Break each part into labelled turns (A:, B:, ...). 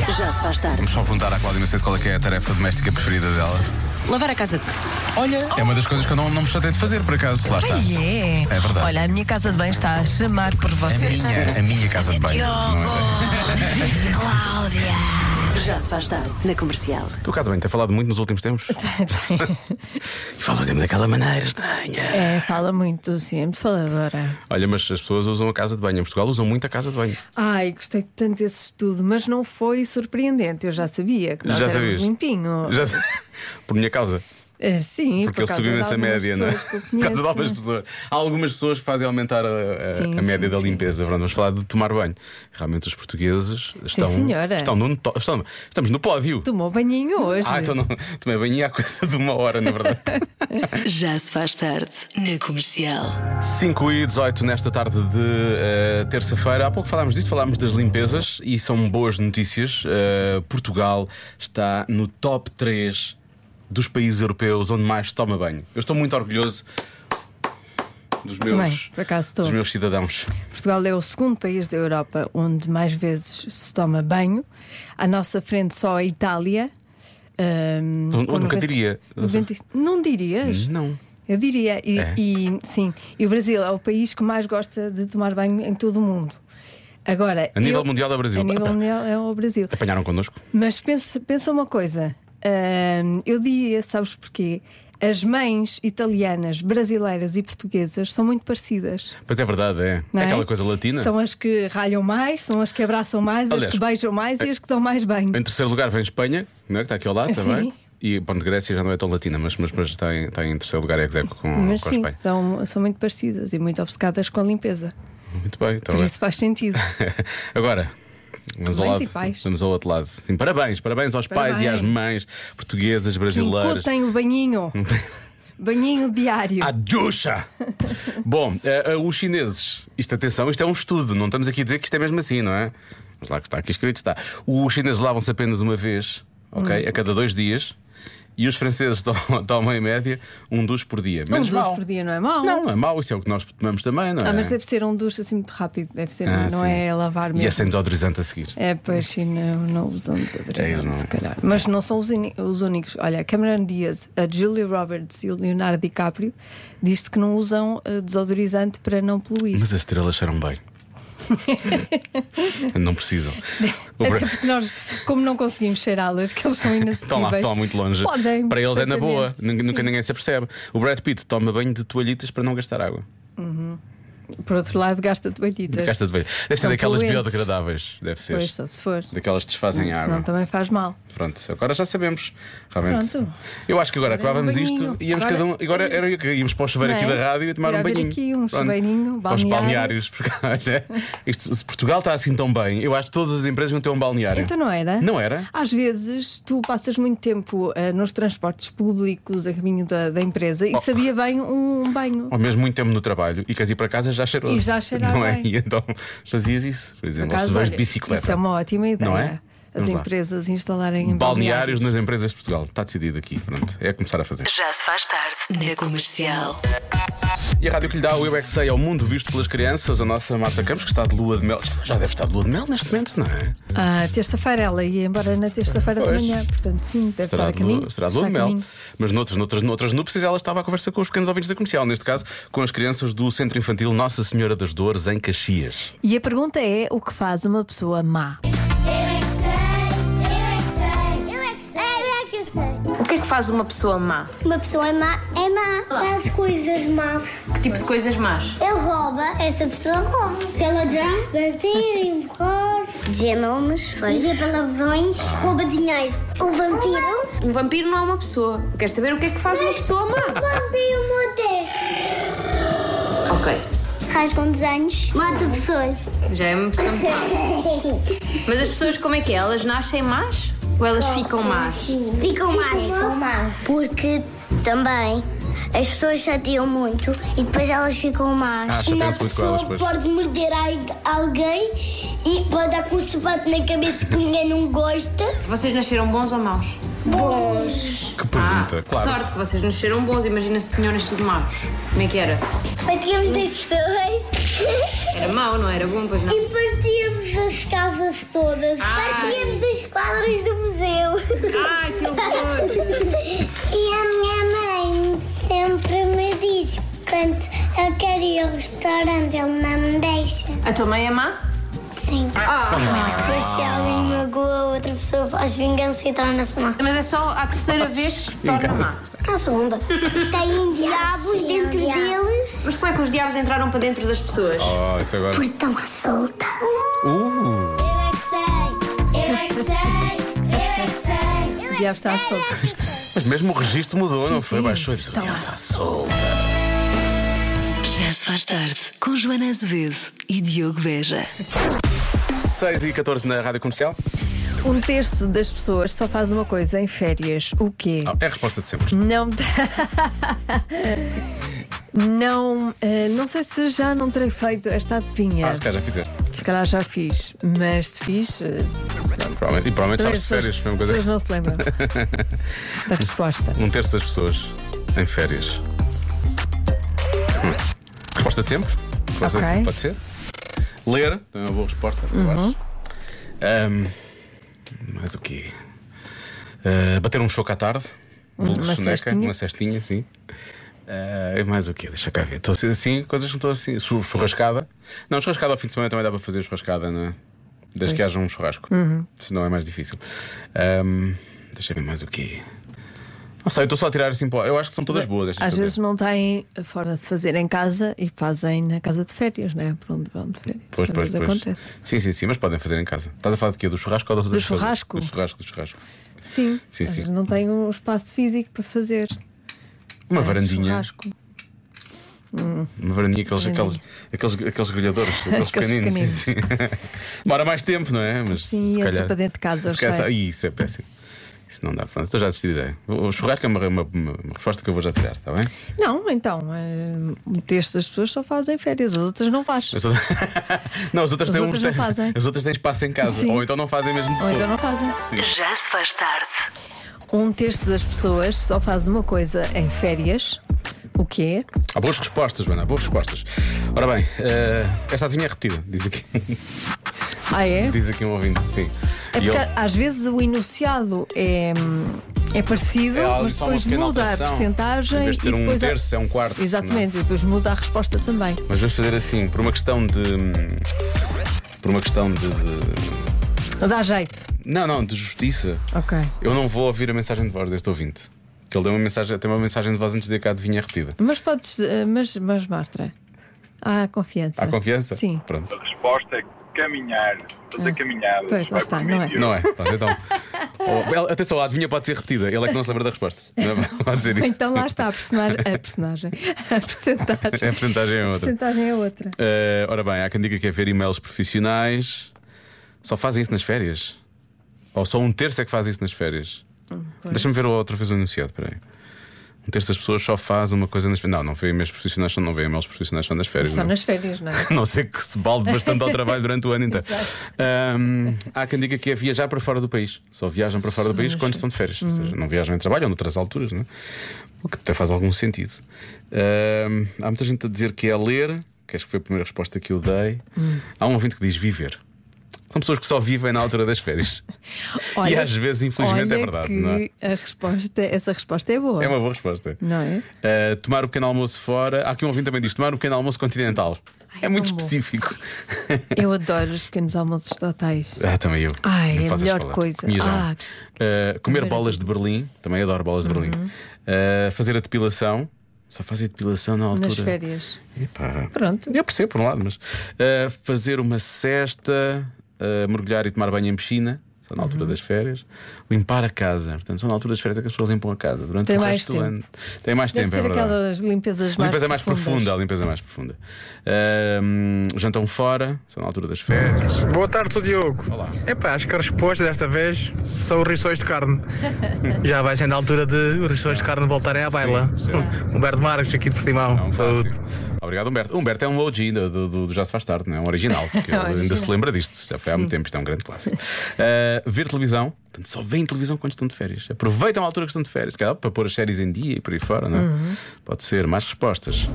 A: Já se faz tarde.
B: Vamos só perguntar à Cláudia Macedo qual é, que é a tarefa doméstica preferida dela.
C: Lavar a casa de
B: Olha, é uma das coisas que eu não, não me chatei de fazer, por acaso. Lá
D: Ah,
B: está.
E: Yeah.
B: É verdade.
E: Olha, a minha casa de banho está a chamar por
B: A
D: É
E: vocês.
B: minha, a minha casa de banho.
A: Já se faz tarde na comercial.
D: Tu cá também tem falado muito nos últimos tempos. Fala sempre daquela maneira estranha.
F: É, fala muito, sempre faladora.
D: Olha, mas as pessoas usam a casa de banho. Em Portugal usam muito a casa de banho.
F: Ai, gostei tanto desse estudo, mas não foi surpreendente. Eu já sabia que nós
D: Já
F: éramos
D: sabias?
F: limpinho.
D: Já sei. Por minha causa.
F: Ah, Sim,
D: Porque
F: por
D: eu
F: causa
D: subi
F: de
D: essa
F: algumas
D: média, não é?
F: pessoas que eu
D: Por causa de
F: conheço,
D: algumas
F: não é?
D: pessoas. Há algumas pessoas que fazem aumentar a, a-
F: Sim,
D: a média
F: sim,
D: da
F: sim.
D: limpeza. Pronto, vamos falar de tomar banho. Realmente os portugueses estão.
F: senhora.
D: estão no, to- estão- estamos no pódio.
F: Tomou banhinho hoje.
D: Ah, então não. Tomei banho há coisa de uma hora, na verdade.
A: Já se faz tarde na comercial.
D: 5 e 18 nesta tarde de eh, terça-feira. Há pouco falámos disso, falámos das limpezas e são boas notícias. Eh, Portugal está no top 3 dos países europeus onde mais se toma banho. Eu estou muito orgulhoso dos meus,
F: Também, por acaso estou.
D: dos meus cidadãos.
F: Portugal é o segundo país da Europa onde mais vezes se toma banho. À nossa frente só a Itália. ahm,
D: Então, Eu
F: com
D: nunca
F: 90
D: diria.
F: 90 não dirias?
D: Não.
F: Eu diria, e,
D: É.
F: e- sim, e o Brasil é o país que mais gosta de tomar banho em todo o mundo. Agora,
D: A nível
F: eu-
D: mundial é o Brasil.
F: A nível mundial é o Brasil.
D: Apanharam connosco?
F: Mas pensa, pensa uma coisa, hum, eu diria, sabes porquê? As mães italianas, brasileiras e portuguesas são muito parecidas.
D: Pois é verdade, é.
F: não
D: é
F: é?
D: aquela coisa latina.
F: São as que ralham mais, são as que abraçam mais,
D: Aliás, é- Então,
F: as que beijam mais e as que dão mais banho.
D: Em terceiro lugar vem Espanha, não é? que está aqui ao lado
F: Ah, Sim.
D: também. E bom, de Grécia já não é tão latina, mas, mas, mas está, em, está em terceiro lugar é execo com,
F: Mas
D: com a
F: sim,
D: Espanha.
F: são, são muito parecidas e muito obcecadas com a limpeza.
D: Muito bem, então
F: Por
D: é.
F: isso faz sentido.
D: Agora. Vamos ao,
F: Mães
D: lado,
F: e pais.
D: vamos ao outro lado. Sim, parabéns, parabéns aos pais e às
F: Parabéns.
D: mães portuguesas,
F: Que
D: brasileiras.
F: incutem o banhinho. banhinho diário.
D: A ducha! Bom, eh, eh, os chineses, isto atenção, isto é um estudo, não estamos aqui a dizer que isto é mesmo assim, não é? Mas lá que está aqui escrito está. Os chineses lavam-se apenas uma vez, ok?
F: Hum.
D: A cada dois dias. E os franceses to- tomam em média um duche por dia.
F: um
D: Menos
F: duche
D: mal.
F: por dia não é mau.
D: Não, não é mau, isso é o que nós tomamos também, não é?
F: Ah, mas deve ser um duche assim muito rápido. Deve ser,
D: Ah,
F: não
D: sim.
F: é lavar
D: E
F: mesmo.
D: é sem desodorizante a seguir.
F: É, pois, sim, não, não usam
D: É, eles
F: desodorante,
D: não-
F: se calhar. Mas não são os, uni- os únicos. Olha, Cameron Diaz, a Julia Roberts e o Leonardo DiCaprio disse que não usam eh, desodorizante para não poluir.
D: Mas as estrelas cheiram bem. não precisam. O Bra-
F: Até porque nós, como não conseguimos cheirá-las, que eles são inacessíveis.
D: Estão lá, estão lá muito longe.
F: Podem,
D: para eles é na boa,
F: perfeitamente.
D: nunca, nunca
F: Sim.
D: ninguém se apercebe. O Brad Pitt toma banho de toalhitas para não gastar água.
F: Por outro lado, gasta toalhitas.
D: Gasta de banho. Deve ser
F: São
D: daquelas
F: poluentes.
D: biodegradáveis, deve ser.
F: Pois, só se for.
D: Daquelas que desfazem a água.
F: Senão também faz mal.
D: Pronto, agora já sabemos. Realmente.
F: Pronto.
D: Eu acho que agora
F: Agora é um
D: acabávamos isto
F: banhinho.
D: e íamos
F: Agora- é-
D: cada um. Agora era que íamos para o chuveiro
F: Não
D: aqui
F: é?
D: da rádio e tomar
F: Ir
D: um
F: haver
D: banhinho.
F: aqui um
D: Pronto.
F: chuveirinho,
D: Para os
F: balneário.
D: balneários. Porque, olha, isto, se Portugal está assim tão bem, eu acho que todas as empresas vão ter um balneário.
F: Então não era?
D: Não era?
F: Às vezes tu passas muito tempo eh, nos transportes públicos, a caminho da, da empresa,
D: Oh.
F: e sabia bem um, banho.
D: Ou mesmo muito tempo no trabalho e queres ir para casa já cheiroso.
F: E já cheira
D: Não é?
F: bem.
D: E então fazias isso, por exemplo.
F: Por
D: ou se
F: acaso,
D: vais de
F: olha,
D: bicicleta.
F: Isso é uma um ótima ideia.
D: Não é?
F: As
D: Vamos lá.
F: empresas instalarem
D: Balneários nas empresas de Portugal. Está decidido aqui, pronto. É começar a fazer.
A: Já se faz tarde na comercial.
D: E a rádio que lhe dá o Eu é Que Sei ao mundo visto pelas crianças, a nossa Marta Campos, que está de lua de mel. Já deve estar de lua de mel neste momento, não é?
F: Ah, terça-feira ela ia embora na terça-feira de
D: Pois.
F: manhã, portanto sim, deve estar
D: Estará
F: a
D: de, lua,
F: caminho.
D: estará de lua de
F: Está a
D: mel.
F: caminho.
D: Mas noutras, noutras, noutras núpcias ela estava a conversa com os pequenos ouvintes da comercial, neste caso com as crianças do Centro Infantil Nossa Senhora das Dores, em Caxias.
F: E a pergunta é: o que faz uma pessoa má?
G: Eu é que sei, eu é que sei, eu é que sei, eu é que sei.
H: O que é que faz uma pessoa má?
G: Uma pessoa é má, é má, faz coisas más.
H: Que tipo de coisas más?
G: Ele rouba, essa pessoa rouba. Ser ladrão, bater, empurrar, dizer nomes, dizer palavrões, rouba dinheiro. O vampiro?
H: Um vampiro não é uma pessoa. Eu quero saber o que é que faz uma pessoa má.
G: vampiro mata.
H: Ok,
G: Rasgam um desenhos, mata pessoas.
H: já é uma pessoa. Mas as pessoas, como é que é? Elas nascem más? Ou elas ficam más?
G: Ficam mais. Porque também as pessoas chateiam muito e depois elas ficam más.
D: Ah, chateiam-se muito com elas, pois.
G: pode morder a- alguém e pode dar com um sapato na cabeça que ninguém não gosta.
H: Vocês nasceram bons ou maus?
G: Bons.
D: Que pergunta,
H: ah,
D: claro.
H: sorte que vocês nasceram bons. Imagina se tinham nascido maus. Como é que era?
G: Partíamos das pessoas
H: Era mau, não era bom, pois não?
G: e partíamos as casas todas.
H: Ai.
G: Partíamos as escolas restaurante, ele não me deixa.
H: A tua mãe é má?
G: Sim. Ah. Depois, se alguém magoa, outra pessoa faz vingança e torna-se má.
H: Mas é só a terceira vez que se torna má.
G: A segunda. Tem diabos dentro deles.
H: Mas como é que os diabos entraram para dentro das pessoas?
D: Oh, isso agora.
G: Porque estão à solta.
D: Uh,
G: Eu é que sei, eu é que sei, eu é que sei.
F: O diabo está à solta.
D: mas mesmo o registro mudou, não foi? Baixou. Está
F: Então
A: Já se faz tarde com Joana Azevedo e Diogo Beja.
D: 6 e 14 na rádio comercial.
F: Um terço das pessoas só faz uma coisa em férias. O quê?
D: Ah, é a resposta de sempre.
F: Não. não. eh, não sei se já não terei feito esta adivinha.
D: Ah, se calhar já fizeste.
F: Se calhar já fiz. Mas se fiz. eh,
D: Provavelmente- E provavelmente
F: também
D: estavas
F: as
D: de
F: pessoas-
D: férias. mesma
F: as
D: coisa.
F: pessoas não se lembram da resposta.
D: Um terço das pessoas em férias. Hum. Resposta de sempre? Resposta de
F: Ok.
D: sempre, pode ser? Ler, também é uma boa resposta, eu
F: Uhum.
D: acho. Ahm, mais o quê? Ah, bater um choco à tarde. Bolo de
F: uma
D: soneca,
F: cestinha.
D: uma cestinha, sim. Ah, e mais o quê? Deixa cá ver. Estou assim, assim, coisas que não estou assim. Chu- Churrascada. Não, churrascada ao fim de semana também dá para fazer churrascada, não é? Desde que haja um churrasco.
F: Uhum.
D: Senão é mais difícil. Ahm, deixa eu ver mais o quê. Não sei, eu estou só a tirar assim para. o ar. Eu acho que são todas boas estas
F: Às
D: que eu
F: vezes
D: dei.
F: não têm a forma de fazer em casa e fazem na casa de férias, né? Por onde vão de férias.
D: Pois, pois,
F: Mas
D: pois.
F: acontece.
D: Sim, sim, sim, mas podem fazer em casa. Estás a falar do quê? Do churrasco ou das outras coisas?
F: churrasco?
D: Do churrasco, do churrasco.
F: Sim,
D: Sim,
F: às
D: sim.
F: vezes não têm um espaço físico para fazer.
D: Uma
F: eh,
D: varandinha.
F: Churrasco.
D: Uma varandinha, aqueles, aqueles,
F: Varandinha.
D: aqueles, aqueles grelhadores, aqueles
F: Aqueles
D: pequeninos. sim, sim. Demora mais tempo, não é? Mas
F: Sim, entra para dentro de casa,
D: Se calhar,
F: eu sei.
D: Ih, isso é péssimo. Isso não dá, pronto. Então já decidi ideia. O o churrasco é uma, uma- uma- uma resposta que eu vou já tirar, está bem?
F: Não, então, eh, um terço das pessoas só fazem férias, as outras não faz.
D: As outras- não, as outras,
F: As
D: têm um-
F: outras não
D: têm-
F: fazem.
D: As outras têm espaço em casa.
F: Sim.
D: Ou então não fazem mesmo. de
F: Ou então
D: todo.
F: não fazem.
A: Já se faz tarde.
F: Um terço das pessoas só faz uma coisa em férias. O quê?
D: Há boas respostas, Joana, há boas respostas. Ora bem, eh, esta adivinha é repetida, diz aqui,
F: Ah, é?
D: diz aqui um ouvinte, sim.
F: É
D: E
F: porque
D: ele-
F: às vezes o enunciado é, hum, é parecido,
D: É algo-
F: mas
D: só uma
F: depois
D: pequena
F: muda
D: alteração.
F: a percentagem
D: Em vez
F: e
D: de ter um
F: depois. há-
D: terço, é um quarto,
F: Exatamente, e depois muda a resposta também.
D: Mas vamos fazer assim, por uma questão de. hum, Por uma questão de. de-
F: Então Dá jeito.
D: Não, não, de justiça.
F: Ok.
D: Eu não vou ouvir a mensagem de voz deste ouvinte. Que ele deu uma mensagem, tem uma mensagem de voz antes de dizer que a adivinha é repetida.
F: Mas podes. eh, Mas, mas mostra. Há confiança.
D: Há confiança?
F: Sim.
D: Pronto.
C: A resposta é caminhar, fazer caminhada.
F: Ah. Pois, lá
C: Vai
F: está,
C: por
F: não é?
C: meio.
D: Não é? Pronto, então. Oh, ele- atenção, a adivinha pode ser repetida. Ele é que não se lembra da resposta. Não é? Pode dizer isso.
F: Então lá está a personagem. A personagem. A percentagem.
D: É A percentagem é
F: A
D: outra.
F: percentagem é outra.
D: Eh, ora bem, há quem diga que é ver e-mails profissionais. Só fazem isso nas férias? Ou só um terço é que faz isso nas férias? Deixa-me ver outra vez o enunciado, peraí. Um terço das pessoas só faz uma coisa nas férias. Não, não vê e-mails profissionais, só não vê e-mails profissionais, só nas férias.
F: Só
D: não.
F: nas férias, não é?
D: A não ser que se balde bastante ao trabalho durante o ano inteiro. Ahm, há quem diga que é viajar para fora do país. Só viajam para fora do país quando estão de férias. Ou
F: Uhum.
D: seja, não viajam em trabalho ou noutras alturas, não é? O que até faz algum sentido. Ahm, há muita gente a dizer que é ler, que acho que foi a primeira resposta que eu dei.
F: Hum.
D: Há um ouvinte que diz viver. São pessoas que só vivem na altura das férias. e às vezes, infelizmente, é
F: olha
D: verdade,
F: que
D: não é?
F: a resposta, essa resposta é boa.
D: É uma boa resposta.
F: Não é?
D: Uh, tomar o pequeno almoço fora. Há aqui um ouvinte também diz: tomar o pequeno almoço continental. é
F: é
D: muito
F: tão bom.
D: específico.
F: Eu adoro os pequenos almoços de hotéis.
D: Ah, também eu.
F: Ai,
D: Não
F: é a
D: fazes
F: melhor
D: falar.
F: coisa.
D: Minha já.
F: Ah.
D: Uh, comer bolas de Berlim, também adoro bolas de Berlim.
F: Uhum.
D: Uh, fazer a depilação, só fazer depilação na altura.
F: Nas férias.
D: Epá.
F: Pronto.
D: Eu percebo por um lado, mas uh, fazer uma cesta, uh, mergulhar e tomar banho em piscina. Só na altura
F: Uhum.
D: das férias, limpar a casa. Portanto, só na altura das férias é que as pessoas limpam a casa durante
F: Tem
D: o
F: mais
D: resto
F: tempo.
D: do ano. Tem mais
F: Deve
D: tempo, é
F: ser
D: verdade.
F: aquelas limpezas
D: A
F: mais
D: limpeza é mais
F: profundas.
D: profunda, a limpeza é mais profunda. Ahm, jantam fora, são na altura das férias.
I: Boa tarde, sou Diogo.
D: Olá.
I: Epá, acho que a resposta desta vez são rissóis de carne. já vai sendo a altura de os rissóis de carne voltarem à baila. Humberto Marques, aqui de Portimão.
D: É um
I: Saúde.
D: clássico. Obrigado, Humberto. Humberto é um OG do, do- do Já Se Faz Tarde, não é? Um original, porque
F: É um
D: ele ainda
F: original.
D: se lembra disto. Já foi há muito tempo, isto é um grande clássico. Ah, ver televisão, portanto, só veem televisão quando estão de férias. Aproveitam a altura que estão de férias, se calhar, para pôr as séries em dia e por aí fora, não é? Pode ser, mais respostas.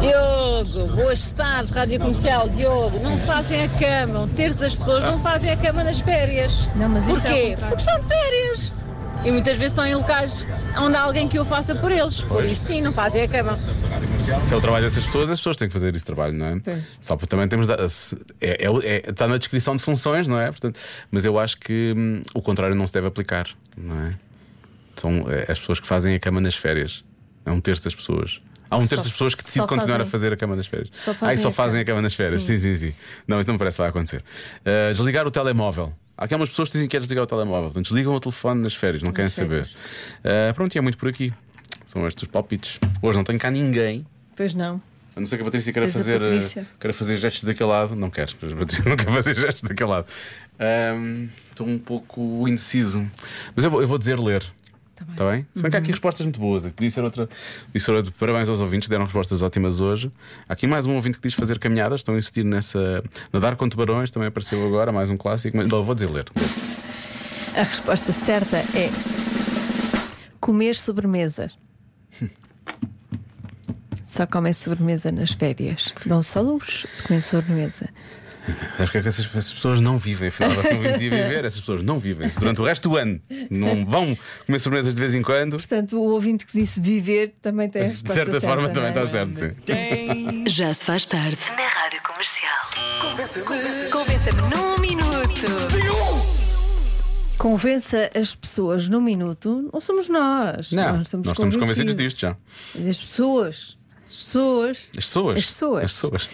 J: Diogo, boas tardes, Rádio Comercial. Diogo, não fazem a cama. Um terço das pessoas não fazem a cama nas férias.
F: Não, mas isto é ao
J: Porquê?
F: contrário.
J: Porque estão de férias. E muitas vezes estão em locais onde há alguém que o faça por eles. Por isso sim, não fazem a cama.
D: Se é o trabalho dessas pessoas, as pessoas têm que fazer esse trabalho, não é?
E: Sim.
D: Só porque também temos. da- se- É, é- é- está na descrição de funções, não é? Portanto, mas eu acho que hum, o contrário não se deve aplicar, não é? São é, as pessoas que fazem a cama nas férias. É um terço das pessoas. Há um terço das pessoas que
E: só
D: decide continuar
E: fazem-
D: a fazer a cama nas férias.
E: só
D: ah, e
E: fazem
D: só
E: a
D: fazem a
E: cama.
D: cama nas férias. Sim, sim, sim. Não, isso não me parece que vai acontecer. Ah, desligar o telemóvel. Há aquelas pessoas que dizem que é desligar o telemóvel. Portanto, desligam o telefone nas férias, não querem saber.
E: férias.
D: Ah, pronto, e é muito por aqui. São estes os palpites. Hoje não tenho cá ninguém.
E: Pois não.
D: A não ser que a Patrícia queira
E: Tens a
D: fazer, eh,
E: Patrícia.
D: queira fazer gestos daquele lado. Não queres, pois a Patrícia não quer fazer gestos daquele lado. Ahm, Estou um pouco indeciso. Mas eu vou, eu vou dizer ler.
E: Tá
D: Está bem? Se bem que há
E: Uhum.
D: aqui respostas muito boas. Podia ser outra. Podia ser outra. Parabéns aos ouvintes, deram respostas ótimas hoje. Há aqui mais um ouvinte que diz fazer caminhadas. Estão a insistir nessa. Nadar com tubarões também apareceu agora, mais um clássico. Mas, não, eu vou dizer ler.
E: A resposta certa é comer sobremesa. Só comem sobremesa nas férias. Dão-se à luz de comer sobremesa.
D: Sabes o que é que essas, essas pessoas não vivem? Afinal, elas não vinham viver, essas pessoas não vivem. Se Durante o resto do ano não vão comer sobremesas de vez em quando.
E: Portanto, o ouvinte que disse viver também tem a
D: De
E: resposta
D: certa forma,
E: certa,
D: também
E: não é?
D: está certo, sim.
A: Já se faz tarde na Rádio Comercial.
E: Convença-me num minuto. Convença as pessoas num minuto, não somos nós.
D: Não,
E: nós somos
D: estamos convencidos disto já.
E: As pessoas. As pessoas.
D: As pessoas.
E: As pessoas.
D: As pessoas.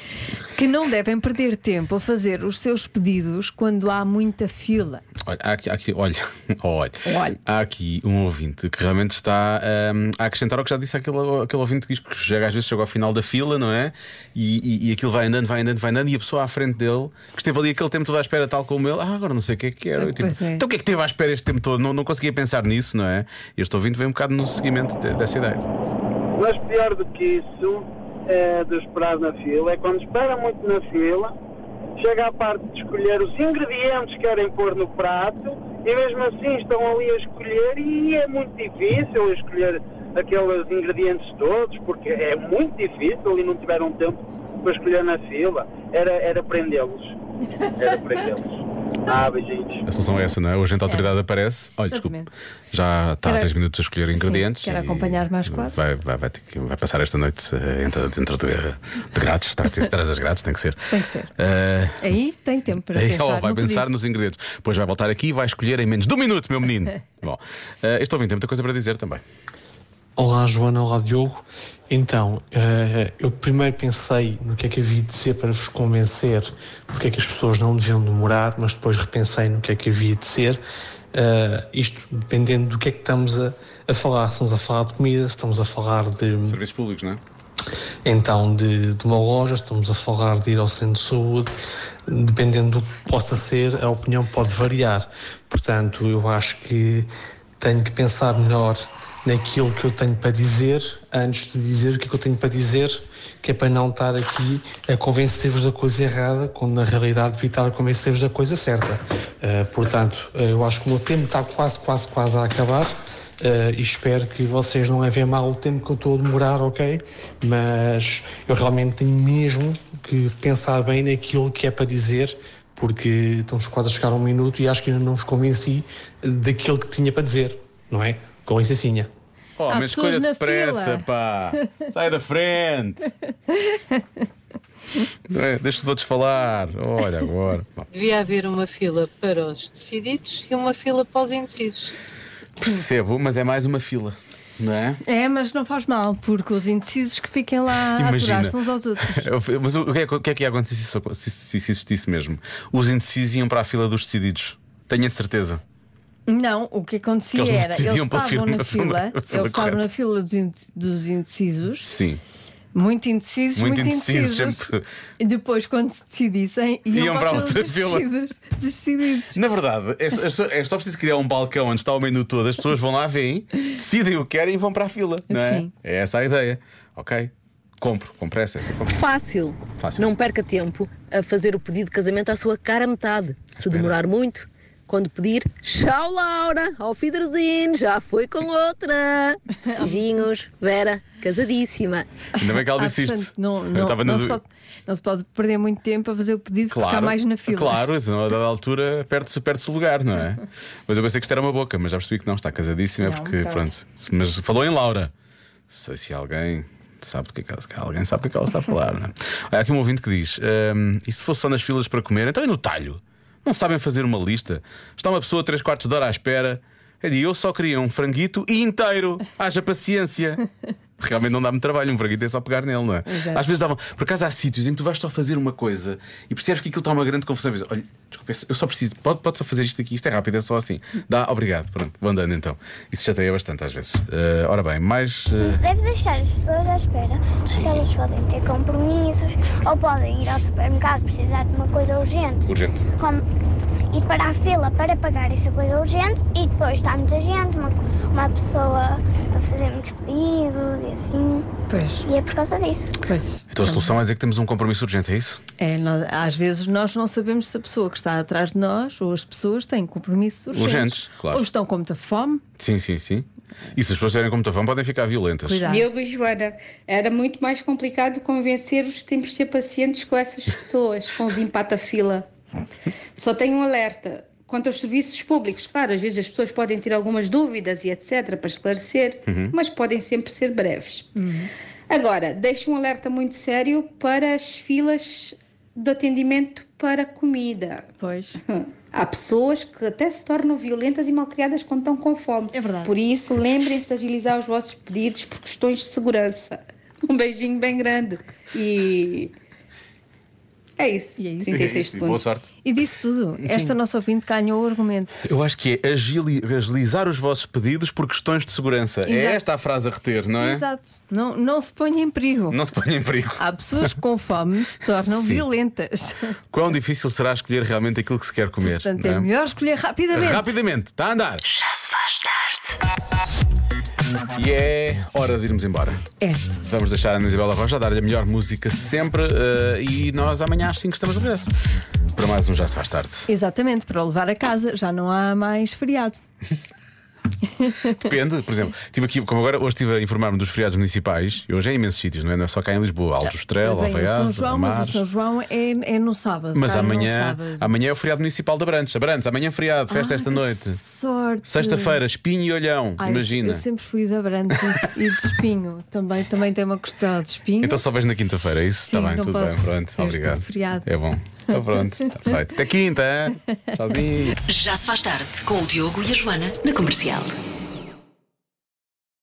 E: Que não devem perder tempo a fazer os seus pedidos quando há muita fila.
D: Olha, há aqui, há aqui- olha, olha,
E: Olha.
D: há aqui um ouvinte que realmente está hum, a acrescentar ao que já disse aquele, aquele ouvinte que diz que chega, às vezes chega ao final da fila, não é? E, e, e aquilo vai andando, vai andando, vai andando, e a pessoa à frente dele, que esteve ali aquele tempo todo à espera, tal como ele, ah, agora não sei o que é que era. Eu, tipo,
E: Pois é.
D: Então o que é que teve à espera este tempo todo? Não, não conseguia pensar nisso, não é? Este ouvinte veio um bocado no seguimento de- dessa ideia.
K: Mas pior do que isso, é, de esperar na fila, é quando espera muito na fila, chega à parte de escolher os ingredientes que querem pôr no prato e mesmo assim estão ali a escolher e é muito difícil escolher aqueles ingredientes todos, porque é muito difícil e não tiveram tempo para escolher na fila. Era, era prendê-los. Era prendê-los. Ah, beijinhos.
D: A solução é essa, não é? Hoje a gente a autoridade aparece. Olha, desculpe,
E: Exatamente.
D: já está há
E: Quero-
D: 3 minutos a escolher ingredientes.
E: quero
D: e
E: acompanhar mais quatro.
D: Vai, vai, vai, ter que- vai passar esta noite eh, entre, entre de, de grátis, está a ter- traz as grátis, tem que ser.
E: Tem que ser.
D: Eh,
E: Aí tem tempo para
D: Aí,
E: pensar.
D: ó, vai
E: no
D: pensar
E: pedido.
D: nos ingredientes. Depois vai voltar aqui e vai escolher em menos de um minuto, meu menino. Bom, eh, este ouvinte tem muita coisa para dizer também.
I: Olá Joana, olá Diogo. Então, eh, eu primeiro pensei no que é que havia de dizer para vos convencer porque é que as pessoas não deviam demorar, mas depois repensei no que é que havia de ser. Eh, isto dependendo do que é que estamos a, a falar. Se estamos a falar de comida, se estamos a falar de,
D: Serviços públicos, não é?
I: então de, de uma loja, estamos a falar de ir ao centro de saúde, dependendo do que possa ser, a opinião pode variar. Portanto, eu acho que tenho que pensar melhor naquilo que eu tenho para dizer antes de dizer o que é que eu tenho para dizer, que é para não estar aqui a convencer-vos da coisa errada, quando na realidade devia estar a convencer-vos da coisa certa. Eh, portanto, eh, eu acho que o meu tempo está quase, quase, quase a acabar. Uh, e espero que vocês não levem a mal o tempo que eu estou a demorar, ok? Mas eu realmente tenho mesmo que pensar bem naquilo que é para dizer, porque estamos quase a chegar a um minuto e acho que ainda não vos convenci daquilo que tinha para dizer, não é? Com licencinha.
D: Oh,
E: Há
D: mas
E: pessoas
D: escolha
E: na
D: depressa,
E: fila.
D: pá! Sai da frente! Não é? Deixa os outros falar. Olha agora. Bom.
J: Devia haver uma fila para os decididos e uma fila para os indecisos.
D: Percebo, mas é mais uma fila, não é?
E: É, mas não faz mal, porque os indecisos que fiquem lá Tá a
D: Imagina.
E: aturar-se uns aos outros.
D: Mas o que é, o que é que ia acontecer se, isso- se, se, se existisse mesmo? Os indecisos iam para a fila dos decididos. Tenho a certeza.
E: Não, o que acontecia
D: Que eles não
E: era,
D: decidiam
E: eles
D: pela
E: estavam na
D: fila- na
E: fila,
D: fila correta.
E: eles estavam na fila dos inde- dos indecisos,
D: Sim.
E: muito indecisos,
D: Muito
E: muito,
D: indecisos,
E: indecisos.
D: sempre.
E: E depois, quando se decidissem, iam,
D: Iam para
E: para, a fila
D: outra
E: dos
D: fila.
E: decididos. dos decididos.
D: Na verdade, é, só- é só- é só preciso criar um balcão onde está o menu todo. As pessoas vão lá, veem, decidem o que querem e vão para a fila. Não é?
E: Sim.
D: é essa a ideia. Ok? Compro, com pressa, essa compro.
L: Fácil.
D: Fácil.
L: Não perca tempo a fazer o pedido de casamento à sua cara metade. Se demorar muito, quando pedir, tchau Laura, ao Fiderzinho, já foi com outra. Beijinhos, Vera, casadíssima.
D: Ainda bem é que ela
E: Ah,
D: disse
E: portanto,
D: isto.
E: não,
D: Eu
E: não,
D: estava na
E: não se
D: dúvida.
E: pode, não se pode perder muito tempo a fazer o pedido porque há mais na fila.
D: Claro, senão a dada altura perde-se perde o lugar, não é? mas eu pensei que isto era uma boca, mas já percebi que não, está casadíssima, é
E: Não,
D: porque,
E: pronto.
D: pronto. se- Mas falou em Laura. Sei se alguém sabe do que é que ela- alguém sabe do que é que ela está a falar, não é? Olha, há aqui um ouvinte que diz: "Hum, e se fosse só nas filas para comer, então e no talho? Não sabem fazer uma lista? Está uma pessoa três quartos de hora à espera. É de eu só queria um franguito inteiro. Haja paciência. Realmente não dá muito trabalho, um franguito é só pegar nele, não é?
M: Exato.
D: Às vezes davam. Por acaso há sítios em que tu vais só fazer uma coisa e percebes que aquilo está uma grande confusão. E dizes, Olha, desculpa, eu só preciso. Pode, pode só fazer isto aqui, isto é rápido, é só assim. Dá, obrigado. Pronto, vou andando então. Isso já tem bastante às vezes. Eh, ora bem, mais. eh,
G: Mas deve deixar as pessoas à espera. porque Elas podem ter compromissos ou podem ir ao supermercado precisar de uma coisa urgente.
D: Urgente.
G: Como ir para a fila para pagar essa coisa urgente e depois está muita gente, uma, uma pessoa a fazer muitos pedidos e assim.
F: Pois.
G: E é por causa disso.
F: Pois.
D: Então a solução é dizer que temos um compromisso urgente, é isso?
F: É, nós- às vezes nós não sabemos se a pessoa que está atrás de nós ou as pessoas têm compromissos urgentes.
D: Urgentes, claro.
F: Ou estão com muita fome.
D: Sim, sim, sim. E se as pessoas tiverem como tafão, podem ficar violentas.
L: Diogo e Joana, era muito mais complicado convencer-vos que temos de ser pacientes com essas pessoas, com os empata-fila. Só tenho um alerta. Quanto aos serviços públicos, claro, às vezes as pessoas podem ter algumas dúvidas e etc. para esclarecer,
N: Uhum.
L: mas podem sempre ser breves. Agora, deixo um alerta muito sério para as filas de atendimento para comida.
F: Pois.
L: Há pessoas que até se tornam violentas e malcriadas quando estão com fome. É verdade. Por isso, lembrem-se de agilizar os vossos pedidos por questões de segurança. Um beijinho bem grande. E. É isso. E é isso. 36 segundos.
D: Boa sorte.
F: E disse tudo. Esta nossa ouvinte ganhou o argumento.
D: Eu acho que é agili- agilizar os vossos pedidos por questões de segurança. É
F: Exato.
D: esta a frase a reter, não é?
F: Exato. Ah. Não, não se ponha em perigo.
D: Não se ponha em perigo.
F: Há pessoas que com fome se tornam
D: Sim.
F: violentas.
D: Quão difícil será escolher realmente aquilo que se quer comer?
F: Portanto,
D: não
F: é melhor escolher rapidamente.
D: Rapidamente, está a andar.
A: Já se faz tarde.
D: E é hora de irmos embora.
F: É.
D: Vamos deixar a Ana Isabela Rocha dar-lhe a melhor música sempre eh, e nós amanhã às 5 estamos de regresso. Para mais um Já Se Faz Tarde.
F: Exatamente, para o levar a casa já não há mais feriado.
D: Depende, por exemplo, tive aqui, como agora hoje estive a informar-me dos feriados municipais, e hoje é em imensos sítios, não é? Não é só cá em Lisboa, Aljustrel,
F: Vem o São
D: Alfaiás,
F: João, mas o
D: Amares.
F: São João é, é no sábado.
D: Mas
F: cai no
D: amanhã,
F: sábado.
D: amanhã é o feriado municipal de Abrantes. Abrantes, amanhã é feriado, festa
F: Ah,
D: esta
F: que
D: noite.
F: Sorte.
D: Sexta-feira, espinho e olhão,
F: Ai,
D: imagina.
F: Eu sempre fui de Abrantes e de- e de espinho. Também, também tem uma costela de espinho.
D: Então só vês na quinta-feira, é isso?
F: Sim,
D: Está bem,
F: não
D: tudo bem,
F: posso
D: pronto,
F: ter
D: obrigado.
F: tudo feriado.
D: É bom. Está pronto, tá está feito. Até quinta, hein? Tchauzinho.
A: Já se faz tarde com o Diogo e a Joana na comercial.